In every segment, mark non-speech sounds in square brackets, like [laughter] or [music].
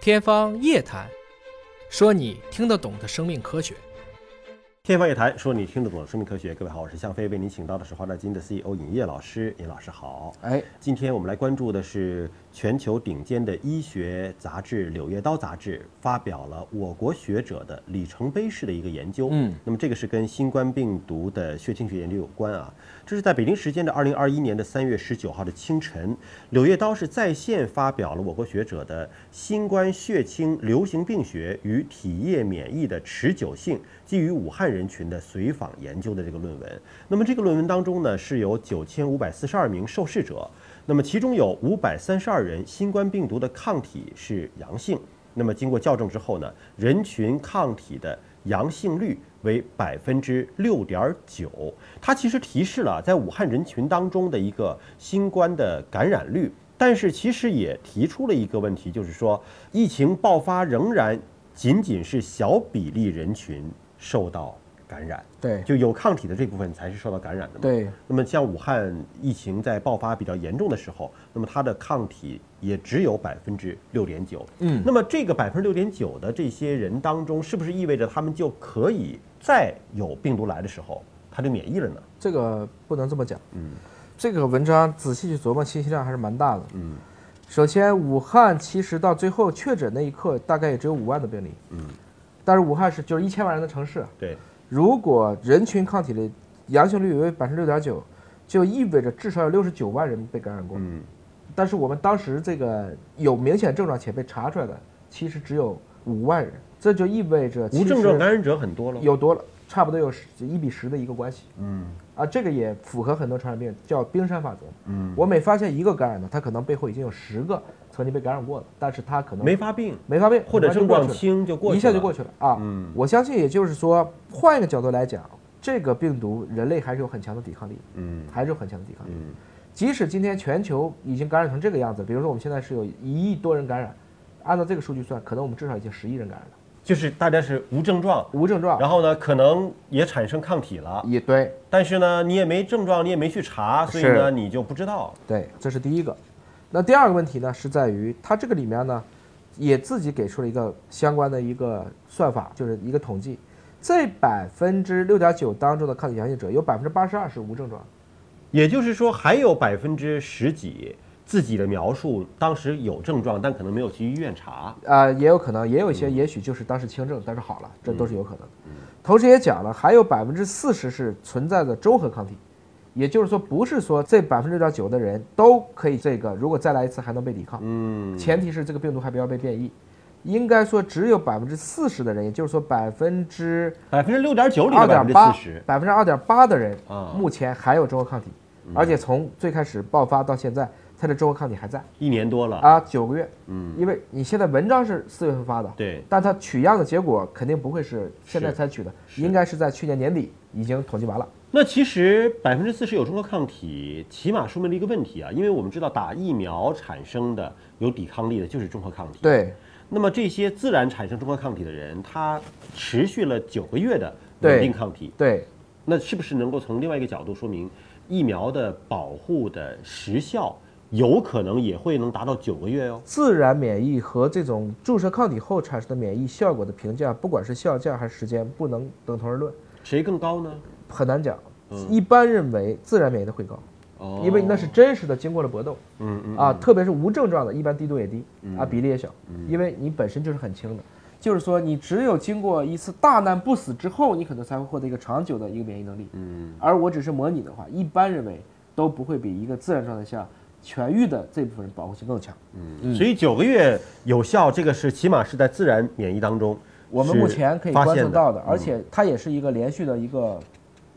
天方夜谭，说你听得懂的生命科学。天方夜谭，说你听得懂的生命科学。各位好，我是向飞，为您请到的是华大基因的 CEO 尹烨老师。尹老师好，哎，今天我们来关注的是全球顶尖的医学杂志《柳叶刀》杂志发表了我国学者的里程碑式的一个研究。嗯，那么这个是跟新冠病毒的血清学研究有关啊。这是在北京时间的二零二一年的三月十九号的清晨，《柳叶刀》是在线发表了我国学者的《新冠血清流行病学与体液免疫的持久性》基于武汉人群的随访研究的这个论文。那么这个论文当中呢，是有九千五百四十二名受试者。那么其中有五百三十二人新冠病毒的抗体是阳性，那么经过校正之后呢，人群抗体的阳性率为百分之六点九，它其实提示了在武汉人群当中的一个新冠的感染率，但是其实也提出了一个问题，就是说疫情爆发仍然仅仅是小比例人群受到感染。对就有抗体的这部分才是受到感染的嘛。对。那么像武汉疫情在爆发比较严重的时候，那么它的抗体也只有百分之六点九。嗯那么这个百分之六点九的这些人当中，是不是意味着他们就可以在有病毒来的时候，他就免疫了呢？这个不能这么讲。嗯，这个文章仔细去琢磨，信息量还是蛮大的。嗯，首先，武汉其实到最后确诊那一刻，大概也只有五万的病例。嗯，但是武汉是就是一千万人的城市，对，如果人群抗体的阳性率为百分之六点九，就意味着至少有六十九万人被感染过。嗯，但是我们当时这个有明显症状且被查出来的，其实只有五万人，这就意味着无其症实状感染者很多了。有多了，差不多有十一比十的一个关系。嗯，啊，这个也符合很多传染病，叫冰山法则。嗯，我每发现一个感染的，他可能背后已经有十个曾经被感染过的，但是他可能没发病，没发病，或者很快就症过状去了轻就过去了，一下就过去了啊。嗯我相信，也就是说，换一个角度来讲，这个病毒人类还是有很强的抵抗力，嗯还是有很强的抵抗力。嗯即使今天全球已经感染成这个样子，比如说我们现在是有一亿多人感染，按照这个数据算，可能我们至少已经十亿人感染了，就是大家是无症状，无症状。然后呢，可能也产生抗体了。也对但是呢，你也没症状，你也没去查，所以呢，你就不知道。对，这是第一个。那第二个问题呢，是在于它这个里面呢，也自己给出了一个相关的一个算法，就是一个统计，这百分之六点九当中的抗体阳性者，有百分之八十二是无症状的。也就是说，还有百分之十几自己的描述，当时有症状，但可能没有去医院查。呃，也有可能，也有一些也许就是当时轻症，但是好了，这都是有可能的。同时也讲了，还有百分之四十是存在的中和抗体，也就是说，不是说这百分之六点九的人都可以这个，如果再来一次还能被抵抗，嗯，前提是这个病毒还不要被变异。应该说，只有百分之四十的人，也就是说百分之百分之六点九里二的百点分之八四十，，百分之二点八的人啊嗯目前还有中和抗体，而且从最开始爆发到现在，它的中和抗体还在。一年多了。啊，九个月，嗯，因为你现在文章是四月份发的，对但它取样的结果肯定不会是现在是才取的，应该是在去年年底已经统计完了。那其实百分之四十有中和抗体，起码说明了一个问题啊，因为我们知道打疫苗产生的有抵抗力的就是中和抗体。。对，那么这些自然产生中和抗体的人，他持续了九个月的对稳定抗体，对，那是不是能够从另外一个角度说明，疫苗的保护的时效有可能也会能达到九个月哦？自然免疫和这种注射抗体后产生的免疫效果的评价，不管是效价还是时间，不能等同而论，谁更高呢？很难讲。一般认为自然免疫的会高，嗯哦因为那是真实的经过了搏斗。嗯嗯啊，特别是无症状的，一般低度也低啊，比例也小，嗯因为你本身就是很轻的。就是说，你只有经过一次大难不死之后，你可能才会获得一个长久的一个免疫能力。嗯，而我只是模拟的话，一般认为都不会比一个自然状态下痊愈的这部分人保护性更强。所以九个月有效，这个是起码是在自然免疫当中，我们目前可以观测到的，嗯而且它也是一个连续的一个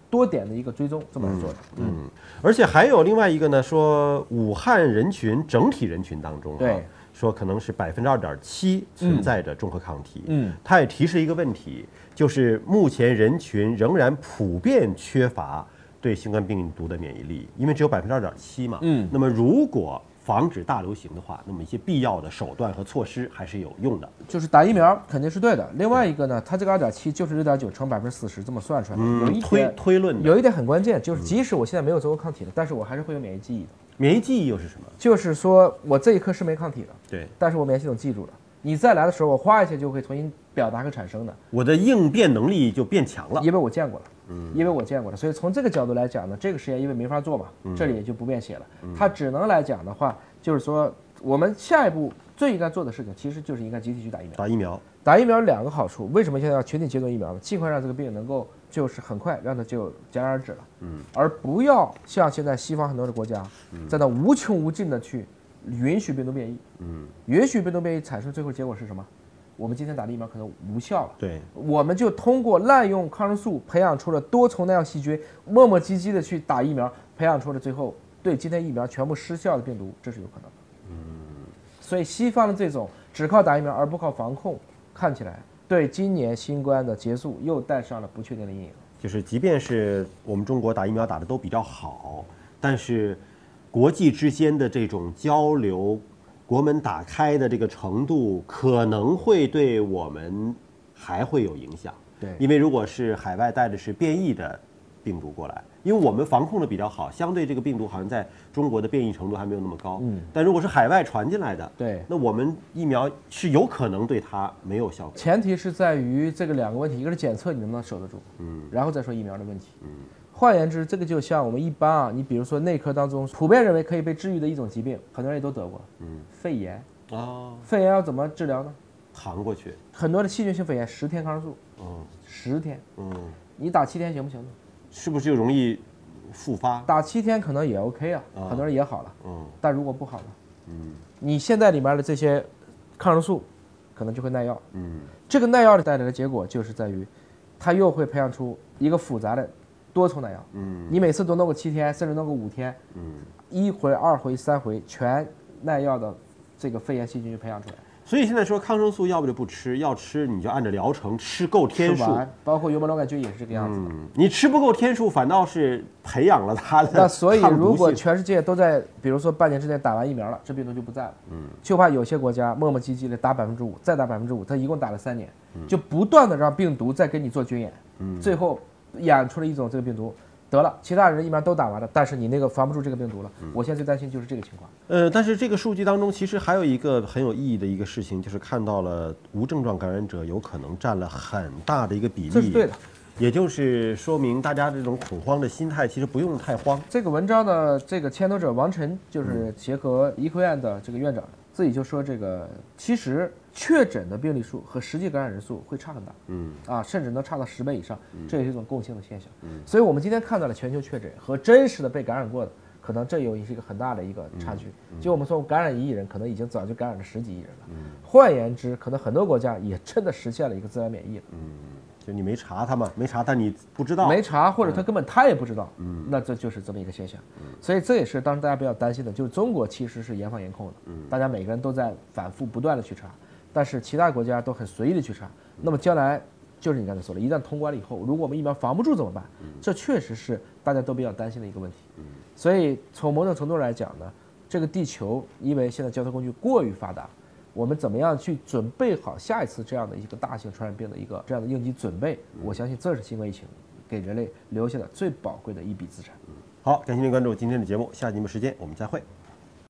多点的一个追踪，这么来做的。嗯，而且还有另外一个呢，说武汉人群整体人群当中、啊，对，说可能是百分之二点七存在着中和抗体。嗯，它也提示一个问题，就是目前人群仍然普遍缺乏对新冠病毒的免疫力，因为只有百分之二点七嘛。嗯那么如果防止大流行的话，那么一些必要的手段和措施还是有用的。就是打疫苗肯定是对的。另外一个呢，它这个二点七就是六点九乘百分之四十这么算出来的，有一嗯推点推论的有一点很关键，就是即使我现在没有足够抗体了，但是我还是会有免疫记忆的。免疫记忆又是什么？就是说我这一刻是没抗体的，对，但是我免疫系统记住了。你再来的时候，我花一下就会重新表达和产生的。我的应变能力就变强了。因为我见过了，因为我见过了，所以从这个角度来讲呢，这个实验因为没法做嘛，这里也就不便写了。它只能来讲的话，就是说我们下一步最应该做的事情，其实就是应该集体去打疫苗。打疫苗，打疫苗有两个好处，为什么现在要群体接种疫苗呢？尽快让这个病能够就是很快让它就戛然而止了，嗯，而不要像现在西方很多的国家，在那无穷无尽的去允许病毒变异，嗯，允许病毒变异产生，最后结果是什么？我们今天打的疫苗可能无效了。对，我们就通过滥用抗生素培养出了多重耐药细菌，磨磨唧唧的去打疫苗，培养出了最后对今天疫苗全部失效的病毒，这是有可能的。嗯，所以西方的这种只靠打疫苗而不靠防控，看起来对今年新冠的结束又带上了不确定的阴影。就是即便是我们中国打疫苗打的都比较好，但是国际之间的这种交流，国门打开的这个程度，可能会对我们还会有影响。对因为如果是海外带的是变异的病毒过来，因为我们防控的比较好，相对这个病毒好像在中国的变异程度还没有那么高。嗯，但如果是海外传进来的，对那我们疫苗是有可能对它没有效果。前提是在于这个两个问题，一个是检测你能不能守得住，嗯，然后再说疫苗的问题，嗯。换言之，这个就像我们一般啊，你比如说内科当中普遍认为可以被治愈的一种疾病，很多人也都得过，嗯，肺炎，哦，肺炎要怎么治疗呢？扛过去，很多的细菌性肺炎十天抗生素，嗯十天，嗯，你打七天行不行呢？是不是就容易复发？打七天可能也 OK 啊，啊很多人也好了，嗯但如果不好呢？嗯你现在里面的这些抗生素，可能就会耐药，嗯，这个耐药带来的结果就是在于，它又会培养出一个复杂的多重耐药。嗯，你每次都弄个七天，甚至弄个五天，嗯，一回、二回、三回，全耐药的这个肺炎细菌就培养出来，所以现在说抗生素要不就不吃，要吃你就按照疗程吃够天吃数。完，包括幽门螺杆菌也是这个样子。嗯，你吃不够天数，反倒是培养了它 [laughs] 的那所以，抗毒如果性全世界都在，比如说半年之内打完疫苗了，这病毒就不在了。嗯，就怕有些国家磨磨唧唧的打百分之五，再打百分之五，它一共打了三年，嗯就不断的让病毒再给你做军演，嗯，最后演出了一种这个病毒。得了，其他人疫苗都打完了，但是你那个防不住这个病毒了。嗯我现在最担心就是这个情况。呃，但是这个数据当中，其实还有一个很有意义的一个事情，就是看到了无症状感染者有可能占了很大的一个比例，这是对的，也就是说明大家这种恐慌的心态其实不用太慌。这个文章的这个牵头者王晨，就是协和医科院的这个院长，自己就说这个，其实确诊的病例数和实际感染人数会差很大。嗯，啊，甚至能差到十倍以上，这也是一种共性的现象。所以我们今天看到了全球确诊和真实的被感染过的，可能这有一个很大的一个差距。就我们从感染一亿人，可能已经早就感染了十几亿人了。换言之，可能很多国家也真的实现了一个自然免疫了，就你没查它嘛，没查，但你不知道。嗯没查或者他根本他也不知道。那这就是这么一个现象。所以这也是当时大家比较担心的，就是中国其实是严防严控的，嗯大家每个人都在反复不断的去查，但是其他国家都很随意的去嗯查。那么将来就是你刚才说的，一旦通关了以后，如果我们疫苗防不住怎么办？嗯这确实是大家都比较担心的一个问题。所以从某种程度来讲呢，这个地球因为现在交通工具过于发达，我们怎么样去准备好下一次这样的一个大型传染病的一个这样的应急准备？我相信这是新冠疫情给人类留下的最宝贵的一笔资产。好，感谢您关注今天的节目，下节目时间我们再会。